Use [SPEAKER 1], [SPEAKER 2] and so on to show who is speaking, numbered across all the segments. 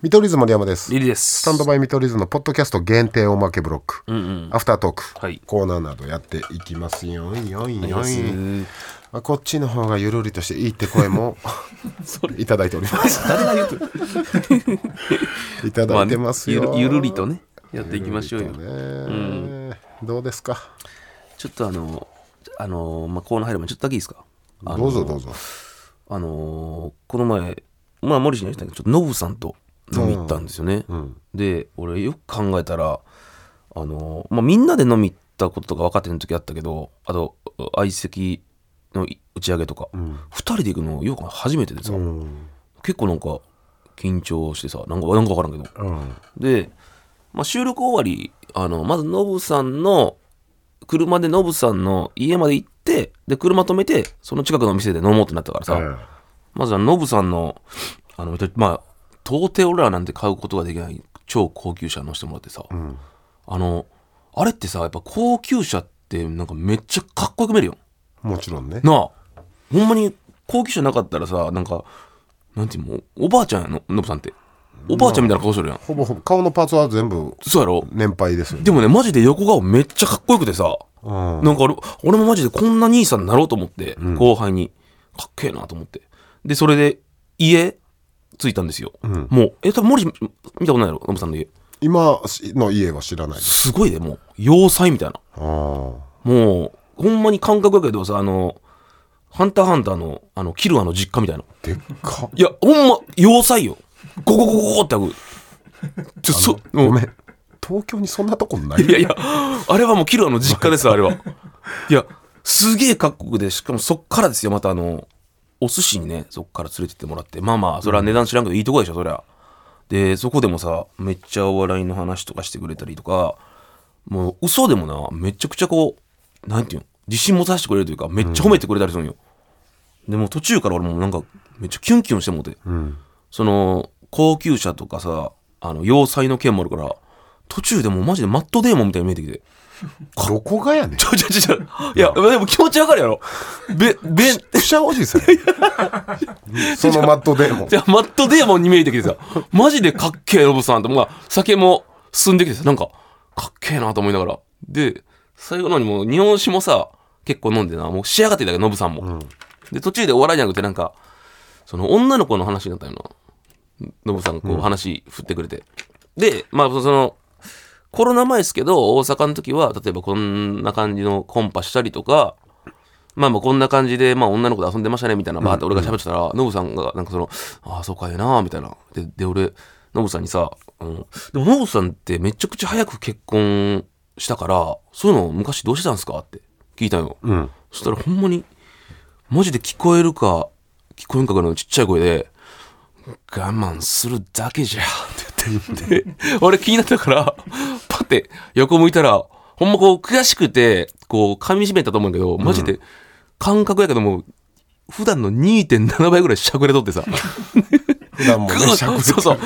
[SPEAKER 1] 見取り図森山です
[SPEAKER 2] リリーで
[SPEAKER 1] ス
[SPEAKER 2] す。
[SPEAKER 1] タンドバイ見取り図のポッドキャスト限定おまけブロック、
[SPEAKER 2] うんうん。
[SPEAKER 1] アフタートーク、
[SPEAKER 2] はい
[SPEAKER 1] コーナーなどやっていきますよんよんよ
[SPEAKER 2] あり
[SPEAKER 1] ん
[SPEAKER 2] が
[SPEAKER 1] あこっちの方がゆるりとしていいって声も いただいております
[SPEAKER 2] とう誰が言うとる。
[SPEAKER 1] いただいてますよ、
[SPEAKER 2] まあゆるゆるりとね、やっていきましょうよ
[SPEAKER 1] ゆ。るりとねどうですか
[SPEAKER 2] ちょっとあの、あの、まあ、コーナー入る前にちょっとだけいいですか。あの
[SPEAKER 1] どうぞどうぞ
[SPEAKER 2] あの、この前、まあ、森氏に言ったけど、ちょっとノブさんと飲み行ったんですよね。
[SPEAKER 1] うん
[SPEAKER 2] で、俺よく考えたら、あの、まあ、みんなで飲み行ったこととか分かってる時あったけど、あと、相席の打ち上げとか、
[SPEAKER 1] うん
[SPEAKER 2] 二人で行くのよく初めてでさ、
[SPEAKER 1] うん
[SPEAKER 2] 結構なんか緊張してさ、なんか、なんか分からんけど。
[SPEAKER 1] うん
[SPEAKER 2] で、まあ、収録終わりあのまずノブさんの車でノブさんの家まで行ってで車止めてその近くの店で飲もうってなったからさ、まずはノブさんのあのまあ到底俺らなんて買うことができない超高級車乗せてもらってさ、
[SPEAKER 1] ん
[SPEAKER 2] あのあれってさやっぱ高級車ってなんかめっちゃかっこよく見えるよ
[SPEAKER 1] もちろんね
[SPEAKER 2] なあほんまに高級車なかったらさなんかなんていうのおばあちゃんやのノブさんっておばあちゃんみたいな顔してるやん
[SPEAKER 1] ほぼほぼ顔のパーツは全部
[SPEAKER 2] そうやろ
[SPEAKER 1] 年配ですよね
[SPEAKER 2] でもね、マジで横顔めっちゃかっこよくてさ、
[SPEAKER 1] うん
[SPEAKER 2] なんか俺俺もマジでこんな兄さんになろうと思って、後輩に、かっけえなと思って。で、それで、家、着いたんですよ。
[SPEAKER 1] ん
[SPEAKER 2] もう、え、多分森、見たことないやろ、ノブさんの家。
[SPEAKER 1] 今の家は知らないです
[SPEAKER 2] すごいで、もう、要塞みたいな。
[SPEAKER 1] あー
[SPEAKER 2] もう、ほんまに感覚やけどさ、あの、ハンターハンターの、あの、キルアの実家みたいな。
[SPEAKER 1] でっ か
[SPEAKER 2] いや、ほんま、要塞よ。ゴゴゴゴゴって開く。ちょ、そ、うん
[SPEAKER 1] ごめん東京にそんなとこない
[SPEAKER 2] いやいや、あれはもうキルアの実家です、あれは。いや、すげえ各国で、しかもそっからですよ、またあの、お寿司にね、そっから連れてってもらって、まあまあ、それは値段知らんけど、いいとこでしょ、そりゃ。で、そこでもさ、めっちゃお笑いの話とかしてくれたりとか、もう嘘でもな、めちゃくちゃこう、なんていうの、自信持たせてくれるというか、めっちゃ褒めてくれたりするんよ。でも途中から俺もなんか、めっちゃキュンキュンしてもうて。
[SPEAKER 1] うん
[SPEAKER 2] その高級車とかさあの要塞の件もあるから途中でもうマジでマットデーモンみたいに見えてきて
[SPEAKER 1] どこがやねん
[SPEAKER 2] ちょちょちょちょいやでも気持ちわかるやろべべ
[SPEAKER 1] くしゃおじさんやそのマットデーモン
[SPEAKER 2] じゃマットデーモンに見えてきてさマジでかっけえロボさんと、まあ、酒も進んできてさなんかかっけえなと思いながらで最後の方にもう日本酒もさ結構飲んでなもう仕上がってたけどノブさんも、で途中でお笑いじゃなくてなんかその女の子の話になったよなノブさんがこう話振ってくれて、でまあそのコロナ前ですけど大阪の時は例えばこんな感じのコンパしたりとかまあまあこんな感じで、まあ女の子と遊んでましたね、みたいな、バーって俺が喋ってたら、ノブさんが、なんかその、ああ、そうかいな、みたいな。で、で、俺、ノブさんにさ、あの、でもノブさんってめちゃくちゃ早く結婚したから、そういうの昔どうしてたんですかって聞いたよ。
[SPEAKER 1] うん
[SPEAKER 2] そしたらほんまに、マジで聞こえるか、聞こえんかぐらいのちっちゃい声で、我慢するだけじゃ、って言って。で、俺気になったから、パって横向いたら、ほんまこう悔しくて、こう噛み締めたと思うんだけど、マジで感覚やけども、普段の2.7倍ぐらいしゃくれとってさ、
[SPEAKER 1] 普段も
[SPEAKER 2] グ
[SPEAKER 1] ね
[SPEAKER 2] ー、
[SPEAKER 1] しゃく
[SPEAKER 2] そう
[SPEAKER 1] れ
[SPEAKER 2] そう、グ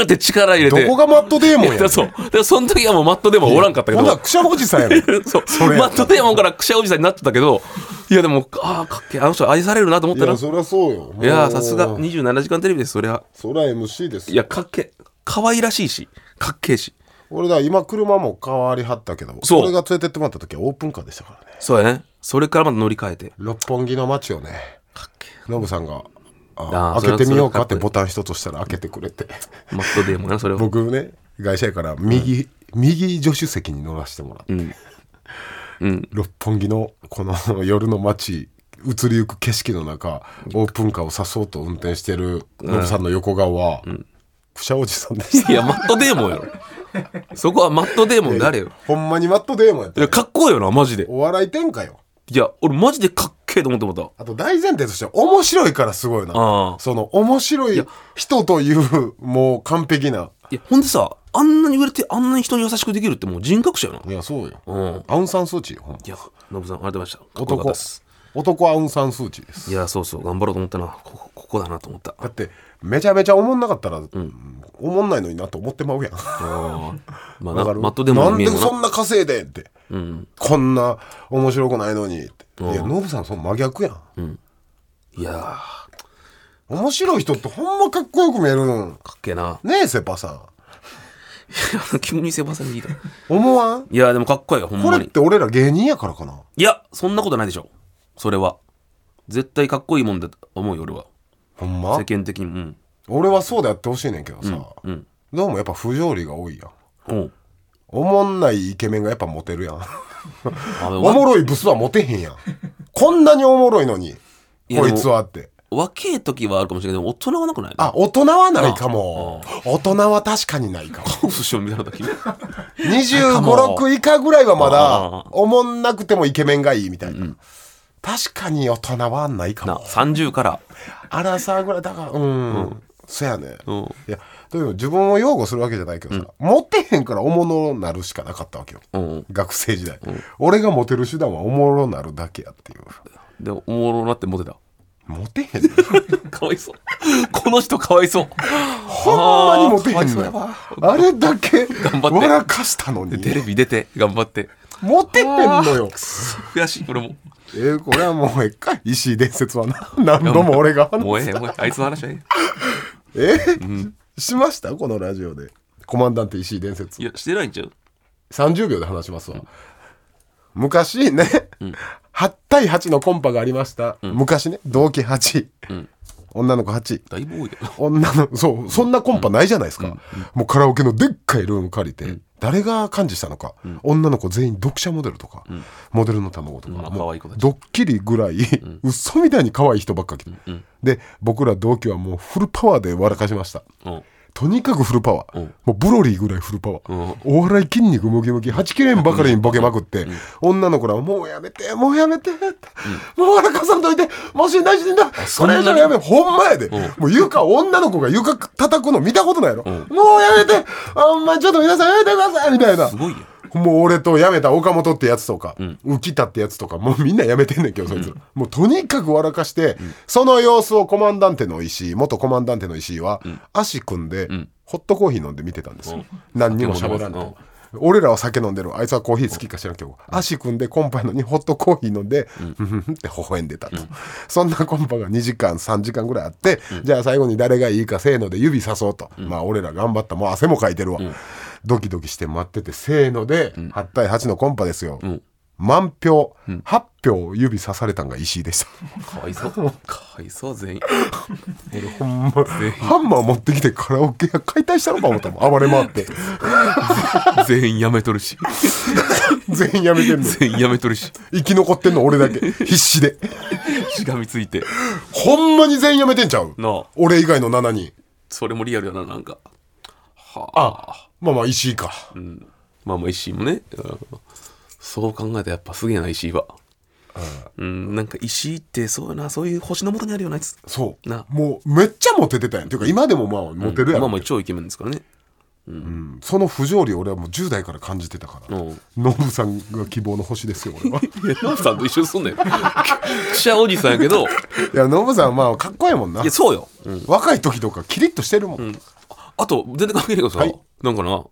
[SPEAKER 2] ーって力入れ
[SPEAKER 1] ど
[SPEAKER 2] て。
[SPEAKER 1] こがマットデーモン
[SPEAKER 2] い
[SPEAKER 1] やね
[SPEAKER 2] や
[SPEAKER 1] ん
[SPEAKER 2] そう。だからその時はもうマットでもおらんかったけど。
[SPEAKER 1] ほなくしゃおじさんやねん
[SPEAKER 2] そう
[SPEAKER 1] れ
[SPEAKER 2] マットデーモンからくしゃおじさんになってたけどいやでもああかっけえあの人愛されるなと思っ
[SPEAKER 1] い
[SPEAKER 2] たら
[SPEAKER 1] や
[SPEAKER 2] い
[SPEAKER 1] そりゃそうよも
[SPEAKER 2] や
[SPEAKER 1] う
[SPEAKER 2] ーさすが27時間テレビですそりゃ
[SPEAKER 1] そりゃ MC です
[SPEAKER 2] いやかっけえ可愛らしいしかっけえし
[SPEAKER 1] 俺だ今車も変わりはったけど
[SPEAKER 2] そう
[SPEAKER 1] 俺が連れてってもらった時はオープンカーでしたからね
[SPEAKER 2] そうやねそれからまた乗り換えて
[SPEAKER 1] 六本木の街をね
[SPEAKER 2] かっけ
[SPEAKER 1] ノブさんが
[SPEAKER 2] あ
[SPEAKER 1] あ
[SPEAKER 2] ー
[SPEAKER 1] 開けてみようかっ
[SPEAKER 2] そ
[SPEAKER 1] て
[SPEAKER 2] れは
[SPEAKER 1] ボタン一つ押したら開けてくれて
[SPEAKER 2] えマットデーモンなそれを
[SPEAKER 1] 僕ね外車やから右、右助手席に乗らせてもらって、
[SPEAKER 2] うんうん
[SPEAKER 1] 六本木のこの 夜の街移りゆく景色の中オープンカーをさそうと運転してるノブさんの横顔は、くしゃおじさんでした
[SPEAKER 2] いやマットデーモンやろそこはマットデーモン誰よ
[SPEAKER 1] ほんまにマットデーモンやっ
[SPEAKER 2] い
[SPEAKER 1] た
[SPEAKER 2] やかっこいいよなマジで
[SPEAKER 1] お笑い転換よ
[SPEAKER 2] いや俺マジでかっけえと思ってもう
[SPEAKER 1] あと大前提として面白いからすごいな
[SPEAKER 2] あー
[SPEAKER 1] その面白い人というもう完璧な
[SPEAKER 2] たいやほんでさあんなに売れてあんなに人に優しくできるってもう人格者やない
[SPEAKER 1] やそうよ
[SPEAKER 2] うん
[SPEAKER 1] アウン・サン・スー・チーよほんま
[SPEAKER 2] いや、ノブさん、改めました。かっこよかった
[SPEAKER 1] 男
[SPEAKER 2] です。
[SPEAKER 1] 男アウン・サン・スー・チーです
[SPEAKER 2] いや、そうそう、頑張ろうと思ったな。ここここだなと思った。
[SPEAKER 1] だってめちゃめちゃおもんなかったら、おもんないのになと思ってまうやん
[SPEAKER 2] あー まあ、
[SPEAKER 1] だか
[SPEAKER 2] な
[SPEAKER 1] ら
[SPEAKER 2] マットでも
[SPEAKER 1] なん
[SPEAKER 2] 見え
[SPEAKER 1] で
[SPEAKER 2] るもん
[SPEAKER 1] そ
[SPEAKER 2] な。
[SPEAKER 1] んな稼いでんって、こんな面白くないのにって、いやノブさんその真逆やん、
[SPEAKER 2] いやー
[SPEAKER 1] 面白い人ってほんまかっこよく見えるの
[SPEAKER 2] かっけえ な。
[SPEAKER 1] ねえセパさ
[SPEAKER 2] 急にセバさんに聞いた。い
[SPEAKER 1] ん思わん
[SPEAKER 2] や、でもかっこいいよ、ほん
[SPEAKER 1] こ
[SPEAKER 2] ま
[SPEAKER 1] れ
[SPEAKER 2] に
[SPEAKER 1] っ。て俺ら芸人やからかない
[SPEAKER 2] や、そんなことないでしょ。それは。絶対かっこいいもんだと思うよ、俺は。
[SPEAKER 1] ほんま
[SPEAKER 2] 世間的に。うん。
[SPEAKER 1] 俺はそうでやってほしいねんけどさ、
[SPEAKER 2] うん。
[SPEAKER 1] どうもやっぱ不条理が多いやん
[SPEAKER 2] おう
[SPEAKER 1] おもんないイケメンがやっぱモテるやん
[SPEAKER 2] あでも
[SPEAKER 1] おもろいブスはモテへんやんこんなにおもろいのに
[SPEAKER 2] いや
[SPEAKER 1] こいつはって
[SPEAKER 2] 若い時はあるかもしれないけど、大人はなくない
[SPEAKER 1] あ、大人はないかも大人は確かにない かも
[SPEAKER 2] コースしようみたいな時。
[SPEAKER 1] 2 5
[SPEAKER 2] かも
[SPEAKER 1] 6以下ぐらいはま
[SPEAKER 2] あ
[SPEAKER 1] だおもんなくてもイケメンがいいみたいな、確かに大人はないか
[SPEAKER 2] な、
[SPEAKER 1] も
[SPEAKER 2] 30から。
[SPEAKER 1] アラサーぐらいだからうん、そやね、
[SPEAKER 2] うん。
[SPEAKER 1] いやというのも自分を擁護するわけじゃないけどさ、モテへんからおもろなるしかなかったわけよ
[SPEAKER 2] うん。
[SPEAKER 1] 学生時代、俺がモテる手段はおもろなるだけやっていう
[SPEAKER 2] で、おもろなってモテた。
[SPEAKER 1] モテへん ねん
[SPEAKER 2] かわいそう。この人 かわいそう。
[SPEAKER 1] ほんまにモテへん
[SPEAKER 2] あー
[SPEAKER 1] の
[SPEAKER 2] かわい
[SPEAKER 1] よあれだけ
[SPEAKER 2] 張って
[SPEAKER 1] 笑かしたの
[SPEAKER 2] そうやテレ
[SPEAKER 1] に
[SPEAKER 2] ビ出て、頑張って。
[SPEAKER 1] モテてんのよ
[SPEAKER 2] 悔しい、これも。
[SPEAKER 1] えーこれはもうええかい石井伝説はな 何度も俺が
[SPEAKER 2] もうええ、もうええ。あいつの話はえ
[SPEAKER 1] えーしましたこのラジオでコマンダント石井伝
[SPEAKER 2] え。
[SPEAKER 1] 説
[SPEAKER 2] いや、してないんちゃう
[SPEAKER 1] 30秒で話しますわ、昔ね、8対8のコンパがありました、昔ね同期8、女の子8
[SPEAKER 2] だいぶ多いよな。
[SPEAKER 1] 女の そうそんなコンパないじゃないですか、もうカラオケのでっかいルーム借りて、誰が幹事したのか、女の子全員読者モデルとか、モデルの卵とか、
[SPEAKER 2] まあ
[SPEAKER 1] もう
[SPEAKER 2] 可愛い子たち
[SPEAKER 1] ドッキリぐらい、 嘘みたいに可愛い人ばっか来て、で僕ら同期はもうフルパワーで笑かしました
[SPEAKER 2] うん。
[SPEAKER 1] とにかくフルパワー、
[SPEAKER 2] うん
[SPEAKER 1] もうブロリーぐらいフルパワー、お笑い筋肉ムキムキはちきれんばかりにボケまくって、女の子らはもうやめてもうやめて、もう笑かさんといてもう死んだ死んだ
[SPEAKER 2] そ
[SPEAKER 1] そ
[SPEAKER 2] んな
[SPEAKER 1] れ
[SPEAKER 2] に
[SPEAKER 1] 以上やめほんまやで、もう床女の子が床叩くの見たことないの、もうやめてあんまちょっと皆さんやめてくださいみたいな
[SPEAKER 2] すごいよ。
[SPEAKER 1] もう俺と辞めた岡本ってやつとか、浮田ってやつとかもうみんな辞めてんねんけどそいつら、もうとにかく笑かして、その様子をコマンダンテの石井元コマンダンテの石井は、足組んで、ホットコーヒー飲んで見てたんですよ、何にも喋らない、
[SPEAKER 2] うん
[SPEAKER 1] 俺らは酒飲んでるあいつはコーヒー好きか知らんけど、足組んでコンパやのにホットコーヒー飲んで、ふふふって微笑んでたと、そんなコンパが2時間3時間ぐらいあって、じゃあ最後に誰がいいかせーので指さそうと、まあ俺ら頑張ったもう汗もかいてるわ、ドキドキして待っててせーので、8対8のコンパですよ、満票、8票指さされたんが石井でした
[SPEAKER 2] かわいそう。かわいそう、全員。
[SPEAKER 1] ほんまハンマー持ってきてカラオケ屋解体したのか思ったもん暴れ回って
[SPEAKER 2] 全員やめとるし。
[SPEAKER 1] 全員やめてんの
[SPEAKER 2] 全員やめとるし。
[SPEAKER 1] 生き残ってんの俺だ け必死で
[SPEAKER 2] しがみついて。
[SPEAKER 1] ほんまに全員やめてんちゃう
[SPEAKER 2] なあ。
[SPEAKER 1] 俺以外の7人
[SPEAKER 2] それもリアルやな、なんか。
[SPEAKER 1] あまあまあ石井か、
[SPEAKER 2] まあまあ石井もね、うんそう考えたらやっぱすげえな石井はうんなんか石井ってそうやなそういう星のもとにあるようなやつ
[SPEAKER 1] そう
[SPEAKER 2] な
[SPEAKER 1] もうめっちゃモテてたやんっていうか今でもまあモテるやん、
[SPEAKER 2] まあまあ超イケメンですからね
[SPEAKER 1] うんその不条理を俺はもう10代から感じてたから
[SPEAKER 2] うん
[SPEAKER 1] ノブさんが希望の星ですよ俺は い
[SPEAKER 2] いやノブさんと一緒にすんなよ 記者おじさんやけどい
[SPEAKER 1] やノブさんはまあかっこええもんな
[SPEAKER 2] やそうよ、
[SPEAKER 1] 若い時とかキリッとしてるもん、
[SPEAKER 2] あと全然関係ないけどさ、
[SPEAKER 1] はい
[SPEAKER 2] なんかな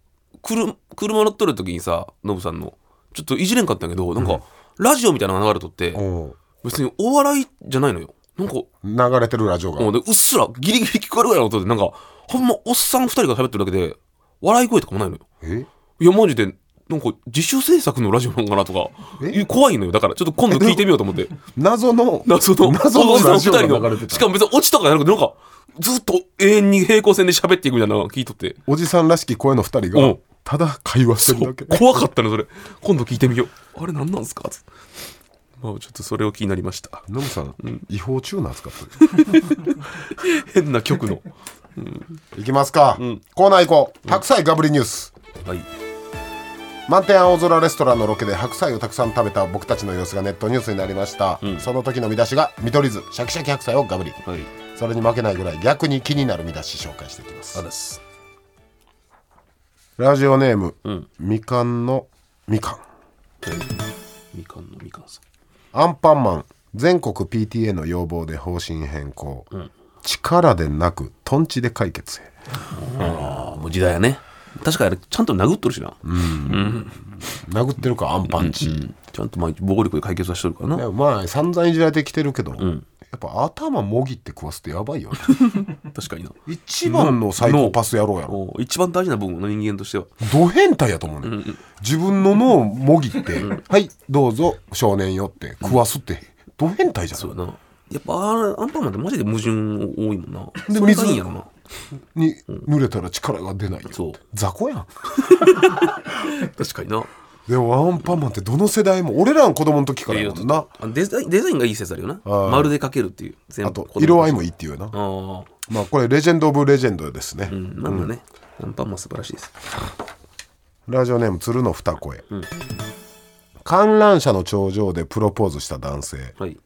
[SPEAKER 2] 車車乗っとる時にさノブさんのちょっといじれんかったんやけどなんか、ラジオみたいなのが流れとって
[SPEAKER 1] おう
[SPEAKER 2] 別にお笑いじゃないのよなんか
[SPEAKER 1] 流れてるラジオが、
[SPEAKER 2] もうでうっすらギリギリ聞こえるぐらいの音でなんかほんまおっさん2人が喋ってるだけで笑い声とかもないのよ
[SPEAKER 1] え
[SPEAKER 2] いやマジでなんか自主制作のラジオなんかなとか
[SPEAKER 1] え
[SPEAKER 2] 怖いのよだからちょっと今度聞いてみようと 思って
[SPEAKER 1] 謎の
[SPEAKER 2] 謎の
[SPEAKER 1] 謎
[SPEAKER 2] おじさん
[SPEAKER 1] のラジオが
[SPEAKER 2] 二人
[SPEAKER 1] 流れて
[SPEAKER 2] の
[SPEAKER 1] た
[SPEAKER 2] しかも別にオチとかじゃなくてなんかずっと永遠に平行線で喋っていくみたいなのを聞いとって
[SPEAKER 1] おじさんらしき声の2人
[SPEAKER 2] う
[SPEAKER 1] が
[SPEAKER 2] ん
[SPEAKER 1] ただ会話してるだけ
[SPEAKER 2] 怖かったのそれ今度聞いてみようあれ何なんすかつってまあちょっとそれを気になりました
[SPEAKER 1] ノブさん、違法中なんですかそれ
[SPEAKER 2] 変な曲の
[SPEAKER 1] いきますか、コーナー行こう白菜ガブリニュース、
[SPEAKER 2] はい
[SPEAKER 1] 満点青空レストランのロケで白菜をたくさん食べた僕たちの様子がネットニュースになりました、その時の見出しが見取り図シャキシャキ白菜をガブリ
[SPEAKER 2] はい
[SPEAKER 1] それに負けないぐらい逆に気になる見出し紹介していきます
[SPEAKER 2] あです
[SPEAKER 1] ラジオネーム、
[SPEAKER 2] ん
[SPEAKER 1] みかんのみかん
[SPEAKER 2] みかんのみかんさん
[SPEAKER 1] アンパンマン全国 PTA の要望で方針変更、力でなくトンチで解決へ
[SPEAKER 2] あもう時代やね確かにあれちゃんと殴っとるしな、
[SPEAKER 1] 殴ってるかアンパンチ、
[SPEAKER 2] ちゃんと毎日暴力で解決はしとるからな、
[SPEAKER 1] いやまあ散々いじられてきてるけど、っぱ頭もぎって食わすってやばい よね
[SPEAKER 2] 確かにな
[SPEAKER 1] 一番のサイコパス野郎やろ
[SPEAKER 2] おう一番大事な部分の人間としては
[SPEAKER 1] ド変態やと思うね、ん自分の脳をもぎって「はいどうぞ少年よ」って食わすってド変態じゃ
[SPEAKER 2] そうんやなやっぱあれアンパンマンってマジで矛盾多いもんな
[SPEAKER 1] で
[SPEAKER 2] それがいいん
[SPEAKER 1] 水
[SPEAKER 2] やろな
[SPEAKER 1] に濡れたら力が出ないよ
[SPEAKER 2] そう
[SPEAKER 1] 雑魚やん
[SPEAKER 2] 確かにな
[SPEAKER 1] でもアンパンマンってどの世代も俺らの子供の時からやもんな
[SPEAKER 2] あデザインデザインがいい説あるよな
[SPEAKER 1] はい
[SPEAKER 2] 丸で描けるっていう全
[SPEAKER 1] あと色合い
[SPEAKER 2] も
[SPEAKER 1] もいいっていうよな
[SPEAKER 2] ああ
[SPEAKER 1] まあこれレジェンド・オブ・レジェンドですね、
[SPEAKER 2] うんまあまあね、アンパンマン素晴らしいです
[SPEAKER 1] ラジオネーム鶴の二声、観覧車の頂上でプロポーズした男性
[SPEAKER 2] はい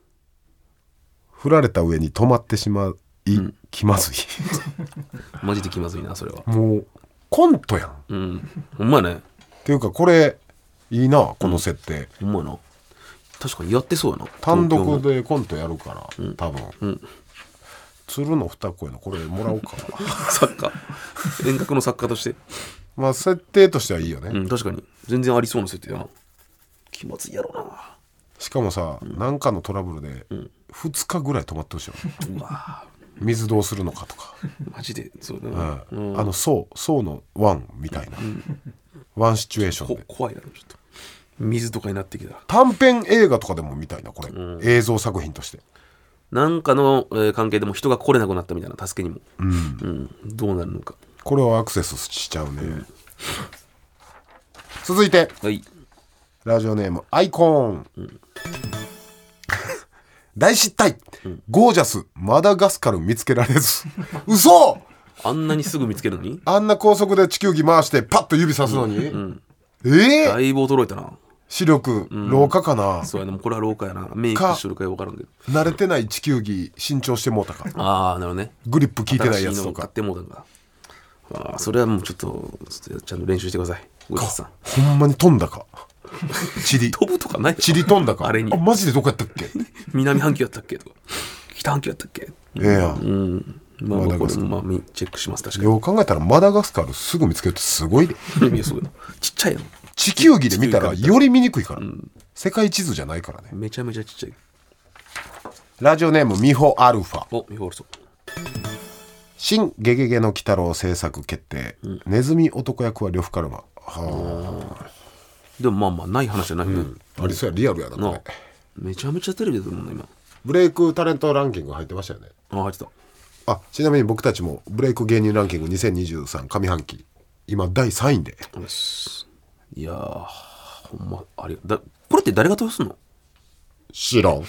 [SPEAKER 1] 振られた上に止まってしまい、気まずい
[SPEAKER 2] マジで気まずいなそれは
[SPEAKER 1] もうコントやんっ
[SPEAKER 2] うんほんまやね
[SPEAKER 1] ていうかこれいいなこの設定、
[SPEAKER 2] ほんまやな確かにやってそうやな
[SPEAKER 1] 単
[SPEAKER 2] 東
[SPEAKER 1] 独
[SPEAKER 2] 京
[SPEAKER 1] でコントやるから、多分、鶴の二声のこれもらおうかな
[SPEAKER 2] 作家遠隔の作家として
[SPEAKER 1] まあ設定としてはいいよね、
[SPEAKER 2] うん確かに全然ありそうな設定やな気まずいやろな
[SPEAKER 1] しかもさ何、かのトラブルで2日ぐらい止まってほしいよ、
[SPEAKER 2] うわ
[SPEAKER 1] 水どうするのかとか、
[SPEAKER 2] マジでそうだ
[SPEAKER 1] う
[SPEAKER 2] な、
[SPEAKER 1] んあのそうそうのワンみたいな、ワンシチュエーション
[SPEAKER 2] こ
[SPEAKER 1] で
[SPEAKER 2] 怖いなちょっと水とかになってきた
[SPEAKER 1] 短編映画とかでも見たいなこれ、映像作品として
[SPEAKER 2] なんかの、えー関係でも人が来れなくなったみたいな助けにも、うんどうなるのか
[SPEAKER 1] これをアクセスしちゃうね、続いて
[SPEAKER 2] はい
[SPEAKER 1] ラジオネームアイコーン、 大失態、ゴージャスマダガスカル見つけられず 嘘
[SPEAKER 2] あんなにすぐ見つけるのに
[SPEAKER 1] あんな高速で地球儀回してパッと指さすのに、ええ
[SPEAKER 2] だいぶ驚いたな
[SPEAKER 1] 視力老化かな、
[SPEAKER 2] そうやねもうこれは廊下やなメイクしてるかよくわからんけど
[SPEAKER 1] 慣れてない地球儀伸長してもうたか
[SPEAKER 2] ああなるほどね
[SPEAKER 1] グリップ効いてないや
[SPEAKER 2] 新し
[SPEAKER 1] つ
[SPEAKER 2] の
[SPEAKER 1] と
[SPEAKER 2] を買っ
[SPEAKER 1] か
[SPEAKER 2] てもうたんかああそれはもうちょっとちょっとちゃんと練習してくださいごちそうさん
[SPEAKER 1] ほんまに飛んだかチリ
[SPEAKER 2] 飛ぶとかない
[SPEAKER 1] チリ飛んだか
[SPEAKER 2] あれに
[SPEAKER 1] マジでどこやったっ け
[SPEAKER 2] 南半球やったっけとか北半球やったっけ
[SPEAKER 1] ええやん
[SPEAKER 2] うんまあ
[SPEAKER 1] まあ
[SPEAKER 2] ま
[SPEAKER 1] だ
[SPEAKER 2] あ
[SPEAKER 1] から
[SPEAKER 2] これもまあみチェックします確か
[SPEAKER 1] よう考えたらマダガスカルすぐ見つけるってすごいで
[SPEAKER 2] にいやそうだなちっちゃいやん
[SPEAKER 1] 地球儀で見たらより見にくいから、世界地図じゃないからね
[SPEAKER 2] めちゃめちゃちっちゃい
[SPEAKER 1] ラジオネームミホアルファ
[SPEAKER 2] お見ホールソ
[SPEAKER 1] 新ゲゲゲの鬼太郎制作決定、ネズミ男役は呂布カルマは
[SPEAKER 2] でもまあまあない話じゃないよね、
[SPEAKER 1] あありそうやリアルやな
[SPEAKER 2] な
[SPEAKER 1] こ
[SPEAKER 2] あ
[SPEAKER 1] れ
[SPEAKER 2] めちゃめちゃテレビ出てるもんな今
[SPEAKER 1] ブレイクタレントランキング入ってましたよね
[SPEAKER 2] あ入ってた
[SPEAKER 1] あちなみに僕たちもブレイク芸人ランキング2023上半期今第3位で
[SPEAKER 2] よしいやーほんまあれだこれって誰が投票すんの
[SPEAKER 1] 知らん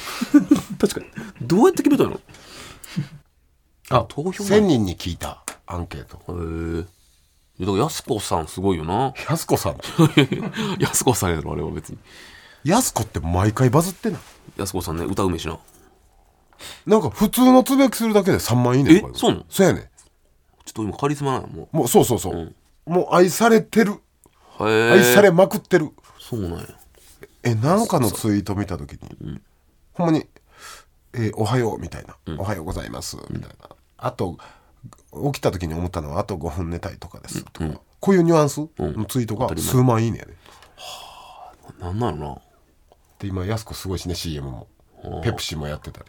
[SPEAKER 2] 確かにどうやって決め たのあ投票なん
[SPEAKER 1] 1000
[SPEAKER 2] へ
[SPEAKER 1] 人に聞いたアンケート
[SPEAKER 2] えいやだからやす子さんすごいよな
[SPEAKER 1] やす子さん
[SPEAKER 2] やす子さんやろあれは別に
[SPEAKER 1] やす子って毎回バズってない
[SPEAKER 2] やす子さんね歌うめえしな
[SPEAKER 1] なんか普通のつぶやきするだけで3万いいね
[SPEAKER 2] えそうなの
[SPEAKER 1] そうやね
[SPEAKER 2] ちょっと今カリスマなのも
[SPEAKER 1] もうそうそうそう、もう愛されてる
[SPEAKER 2] うへえ
[SPEAKER 1] 愛されまくってる、
[SPEAKER 2] そうなんや
[SPEAKER 1] えなんかのツイート見た時にほんまに「えーおはよう」みたいな「おはようございます」みたいなあと起きた時に思ったのは「あと5分寝たい」とかですとか、こういうニュアンスのツイートが数万いいねやで、
[SPEAKER 2] なんなの
[SPEAKER 1] で今やす子すごいしね CM もペプシもやってたり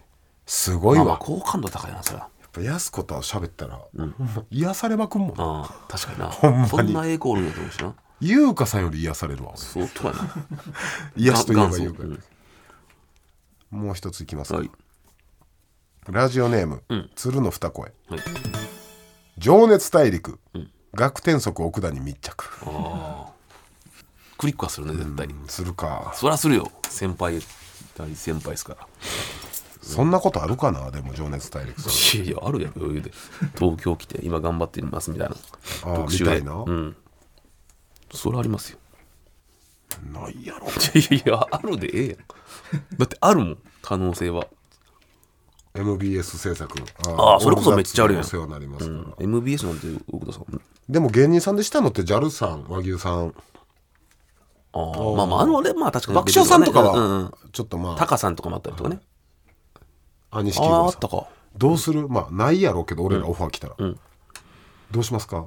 [SPEAKER 1] すごい
[SPEAKER 2] な
[SPEAKER 1] わ、
[SPEAKER 2] まあまあ好感度高いなそれは
[SPEAKER 1] やっぱやす子と喋ったら、ほんま癒されまくんもん
[SPEAKER 2] ああ確かにな
[SPEAKER 1] まに
[SPEAKER 2] そんな栄光あるんやと思うしな
[SPEAKER 1] 優香さんより癒されるわ俺
[SPEAKER 2] 相当や な
[SPEAKER 1] 癒しといえば
[SPEAKER 2] 元
[SPEAKER 1] 優
[SPEAKER 2] 祖
[SPEAKER 1] 香やでもう一ついきますか、
[SPEAKER 2] はい
[SPEAKER 1] ラジオネーム、鶴の二声
[SPEAKER 2] はい
[SPEAKER 1] 情熱大陸、学天足奥田に密着
[SPEAKER 2] クリックはするね絶対
[SPEAKER 1] するか
[SPEAKER 2] そりゃするよ先輩大先輩ですから
[SPEAKER 1] そんなことあるかなでも情熱大陸さん
[SPEAKER 2] いやいやあるやろ余裕で東京来て今頑張ってますみたいな
[SPEAKER 1] ああ
[SPEAKER 2] 特
[SPEAKER 1] み
[SPEAKER 2] 集
[SPEAKER 1] た
[SPEAKER 2] で
[SPEAKER 1] いな、
[SPEAKER 2] うんそれありますよ
[SPEAKER 1] ないやろ
[SPEAKER 2] いやいやあるでええやんだってあるもん可能性は
[SPEAKER 1] MBS 制作あ
[SPEAKER 2] ああそれこそめっちゃあるやん
[SPEAKER 1] お世話になりますから、
[SPEAKER 2] MBS なんて奥田さん
[SPEAKER 1] でも芸人さんでしたのって JAL さん和牛さん
[SPEAKER 2] ああまあまああのねまあ確かに
[SPEAKER 1] 爆笑さんとか
[SPEAKER 2] うんうん
[SPEAKER 1] はちょっとまあ
[SPEAKER 2] タカさんとかもあったりとかね
[SPEAKER 1] 兄貴
[SPEAKER 2] あああ
[SPEAKER 1] 吾
[SPEAKER 2] っ
[SPEAKER 1] さん
[SPEAKER 2] たか
[SPEAKER 1] どうするまあないやろうけど俺らオファー来たら、どうしますか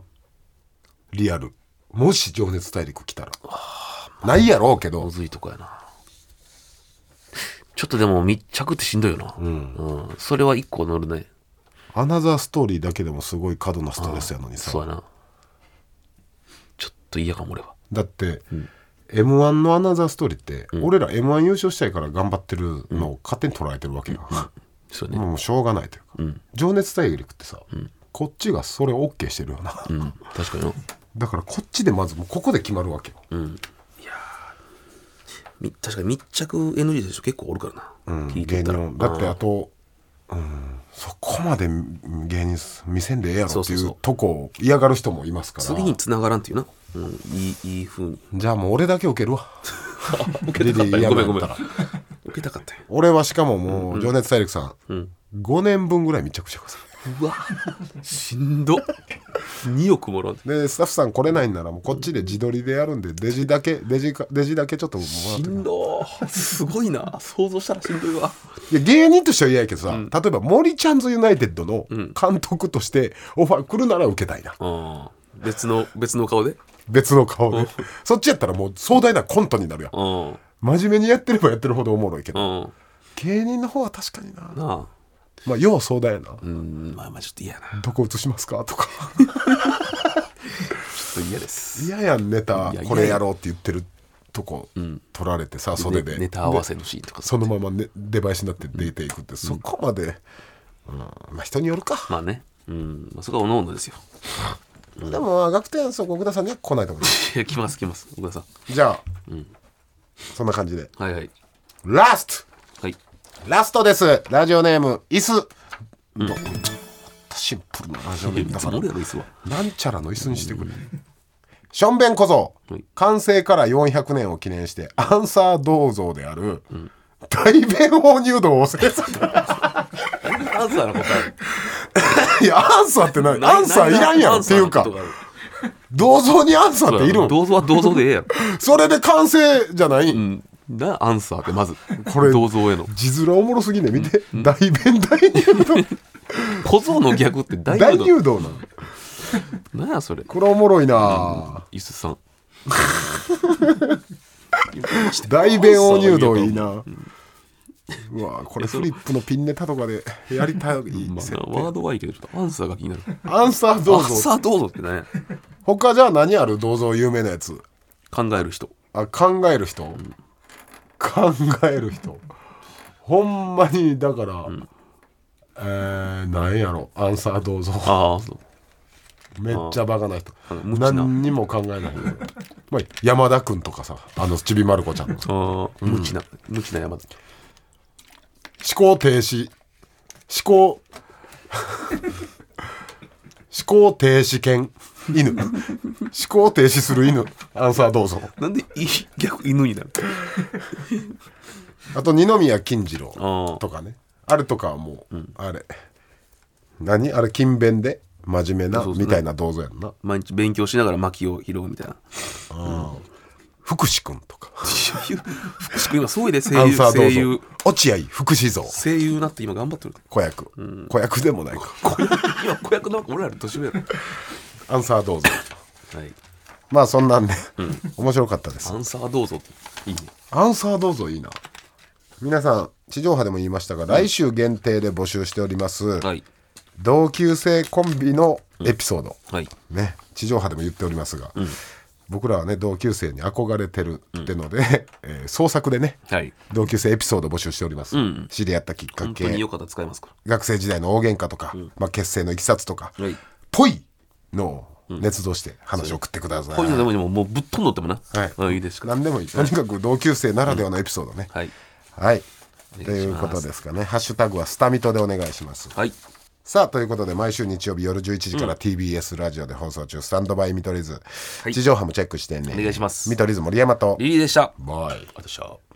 [SPEAKER 1] リアルもし情熱大陸来たらないやろうけど
[SPEAKER 2] むずいとこやなちょっとでも密着ってしんどいよな。うん。それは一個乗るね。
[SPEAKER 1] アナザーストーリーだけでもすごい過度なストレスやのにさ
[SPEAKER 2] そうやな。ちょっと嫌かも俺は。
[SPEAKER 1] だって、m 1のアナザーストーリーって、俺ら m 1優勝したいから頑張ってるのを勝手に捉えてるわけよ、
[SPEAKER 2] そうね。
[SPEAKER 1] もうしょうがないというか、情熱大陸ってさ、こっちがそれを OK してるよな、
[SPEAKER 2] うん。確かにな。
[SPEAKER 1] だからこっちでまずもうここで決まるわけよ、
[SPEAKER 2] み確かに密着 NG でしょ結構おるからな。
[SPEAKER 1] うん
[SPEAKER 2] 聞いて
[SPEAKER 1] 芸
[SPEAKER 2] たら。
[SPEAKER 1] 人だってあと、うん、そこまで芸人見せんでええやろ
[SPEAKER 2] そう
[SPEAKER 1] って
[SPEAKER 2] そ
[SPEAKER 1] い
[SPEAKER 2] うそ
[SPEAKER 1] う
[SPEAKER 2] う
[SPEAKER 1] とこを嫌がる人もいますから
[SPEAKER 2] 次に繋がらんっていうな。うん。いい、いい風に。
[SPEAKER 1] じゃあもう俺だけ受けるわ
[SPEAKER 2] 受けたかった
[SPEAKER 1] リリー
[SPEAKER 2] よ。ごめんごめん
[SPEAKER 1] 嫌な。
[SPEAKER 2] 受けたかったよ。
[SPEAKER 1] 俺はしかももう情熱大陸さん、5年分ぐらい密着してくださいう
[SPEAKER 2] わ、しんど。2億もらう。
[SPEAKER 1] でスタッフさん来れないんならもうこっちで自撮りでやるんでデジだけデジかデジだけちょっともらっ
[SPEAKER 2] しんどー。すごいな。想像したらしんどいわ。
[SPEAKER 1] いや芸人としては嫌やけどさ、例えば森ちゃんズユナイテッドの監督としてオファー来るなら受けたいな、
[SPEAKER 2] うん。別の、別の顔で。
[SPEAKER 1] 別の顔で、そっちやったらもう壮大なコントになるやん
[SPEAKER 2] うん。
[SPEAKER 1] 真面目にやってればやってるほどおもろいけ
[SPEAKER 2] う
[SPEAKER 1] ど、
[SPEAKER 2] ん。
[SPEAKER 1] 芸人の方は確かにな
[SPEAKER 2] なあ。
[SPEAKER 1] まあ要壮大やな、
[SPEAKER 2] うん、まあまあちょっと嫌やな。
[SPEAKER 1] どこ映しますかとか
[SPEAKER 2] ちょっと嫌です。
[SPEAKER 1] 嫌やんネタ
[SPEAKER 2] いや
[SPEAKER 1] これやろうって言ってるとこ取られてさ、袖で
[SPEAKER 2] ねネタ合わせのシーンとか
[SPEAKER 1] そのまま、ね、出囃子になって出ていくって、そこまで、うんまあ人によるか、
[SPEAKER 2] まあね。うん。まあ、そこはおのおのですよ。
[SPEAKER 1] でもまあ学天則奥田さんには来ないと思う
[SPEAKER 2] いや来ます来ます。奥田さん。
[SPEAKER 1] じゃあ、そんな感じで。
[SPEAKER 2] はいはい。
[SPEAKER 1] ラス
[SPEAKER 2] はい。
[SPEAKER 1] トラストですラジオネーム、椅子。どシンプルなラジオネーム
[SPEAKER 2] い
[SPEAKER 1] だ
[SPEAKER 2] つ
[SPEAKER 1] か
[SPEAKER 2] も
[SPEAKER 1] ら
[SPEAKER 2] 俺、らの椅 子は。
[SPEAKER 1] なんちゃらの椅子にしてくれ。ションベン小僧
[SPEAKER 2] はい、
[SPEAKER 1] 完成から400年を記念して、アンサー銅像である、大弁放入道を制作。
[SPEAKER 2] アンサーの答
[SPEAKER 1] いや、アンサーって
[SPEAKER 2] え。
[SPEAKER 1] 何
[SPEAKER 2] ない
[SPEAKER 1] アンサーいらんや
[SPEAKER 2] な
[SPEAKER 1] ろ
[SPEAKER 2] な
[SPEAKER 1] っていう
[SPEAKER 2] アン
[SPEAKER 1] か
[SPEAKER 2] サーの、ことがある
[SPEAKER 1] 銅像にアンサーっているん
[SPEAKER 2] 銅像は銅像でええやろ。
[SPEAKER 1] それで完成じゃない、
[SPEAKER 2] うん。な、アンサーってまず。
[SPEAKER 1] これ
[SPEAKER 2] 銅像への。
[SPEAKER 1] 字面おもろすぎんね見て、大弁大入道
[SPEAKER 2] 小僧の逆って大
[SPEAKER 1] 大
[SPEAKER 2] 丈夫
[SPEAKER 1] 入道なの
[SPEAKER 2] なんやそれ。
[SPEAKER 1] これおもろいな、
[SPEAKER 2] 椅子さん。
[SPEAKER 1] 大弁王入道いいな、うわこれフリップのピンネタとかでやりたい
[SPEAKER 2] ま
[SPEAKER 1] 設
[SPEAKER 2] あ、
[SPEAKER 1] 定
[SPEAKER 2] ワードはいいけど、ちょっとアンサーが気になる。
[SPEAKER 1] アンサー
[SPEAKER 2] ア
[SPEAKER 1] 銅
[SPEAKER 2] ン
[SPEAKER 1] 像
[SPEAKER 2] サー銅像ってね、
[SPEAKER 1] 他じゃあ何ある銅像有名なやつ
[SPEAKER 2] 考える人。
[SPEAKER 1] あ考える人、考える人ほんまにだから、えー、何やろアンサー銅像
[SPEAKER 2] ああ、そう。
[SPEAKER 1] めっちゃバカな人
[SPEAKER 2] あの無知な
[SPEAKER 1] 何にも考えない、まあ、山田君とかさあのちびまる子ちゃんの思
[SPEAKER 2] ああ、無知な、無知な山崎。
[SPEAKER 1] 考停止思考 思考停止犬犬思考停止する犬アンサーどうぞ
[SPEAKER 2] なんでい逆犬になる
[SPEAKER 1] あと二宮金次
[SPEAKER 2] あ
[SPEAKER 1] 郎
[SPEAKER 2] ー
[SPEAKER 1] とかねあれとかはもう、あれ何あれ勤勉で真面目な
[SPEAKER 2] そうそう
[SPEAKER 1] みたいな銅像やんな
[SPEAKER 2] 毎日勉強しながら薪を拾うみたい な。
[SPEAKER 1] 福士君とか
[SPEAKER 2] 福士君今すごいで声
[SPEAKER 1] アン
[SPEAKER 2] 優、
[SPEAKER 1] サーど
[SPEAKER 2] 声
[SPEAKER 1] う
[SPEAKER 2] 優
[SPEAKER 1] ぞ、落合福士像
[SPEAKER 2] 声優になって今頑張ってる。
[SPEAKER 1] 子役、子役でもないか
[SPEAKER 2] 今子役の俺らより年上やろ。
[SPEAKER 1] アンサーどうぞ
[SPEAKER 2] はい。
[SPEAKER 1] まあそんなんで、面白かったです
[SPEAKER 2] アンサー銅像っていいね。
[SPEAKER 1] アンサーどうぞいいな皆さん地上波でも言いましたが、来週限定で募集しております、
[SPEAKER 2] はい。
[SPEAKER 1] 同級生コンビのエピソード、
[SPEAKER 2] はい。
[SPEAKER 1] ね地上波でも言っておりますが、僕らはね同級生に憧れてるってので、 えー創作でね
[SPEAKER 2] はい。
[SPEAKER 1] 同級生エピソード募集しております、知り合ったきっか
[SPEAKER 2] 本当に
[SPEAKER 1] け
[SPEAKER 2] よかったら使いますから。
[SPEAKER 1] 学生時代の大喧嘩とか、まあ、結成のいきさつとか、
[SPEAKER 2] はい
[SPEAKER 1] ぽいのを捏造して話を送ってください、
[SPEAKER 2] こういうのでもでももうぶっ飛んどってもな。
[SPEAKER 1] はい
[SPEAKER 2] うんいいですか。
[SPEAKER 1] 何でもいいとにかく同級生ならではのエピソードね、
[SPEAKER 2] はい。
[SPEAKER 1] はい。
[SPEAKER 2] お願いします
[SPEAKER 1] ということですかね。ハッシュタグはスタミトでお願いします。
[SPEAKER 2] はい。
[SPEAKER 1] さあ、ということで、毎週日曜日夜11時から TBS ラジオで放送中、スタンドバイ見取り図。
[SPEAKER 2] い
[SPEAKER 1] 地上波もチェックしてね。
[SPEAKER 2] お願いします
[SPEAKER 1] 見取り図森山と。
[SPEAKER 2] リリーでした。ありがと
[SPEAKER 1] バ
[SPEAKER 2] う
[SPEAKER 1] イ。
[SPEAKER 2] ございました。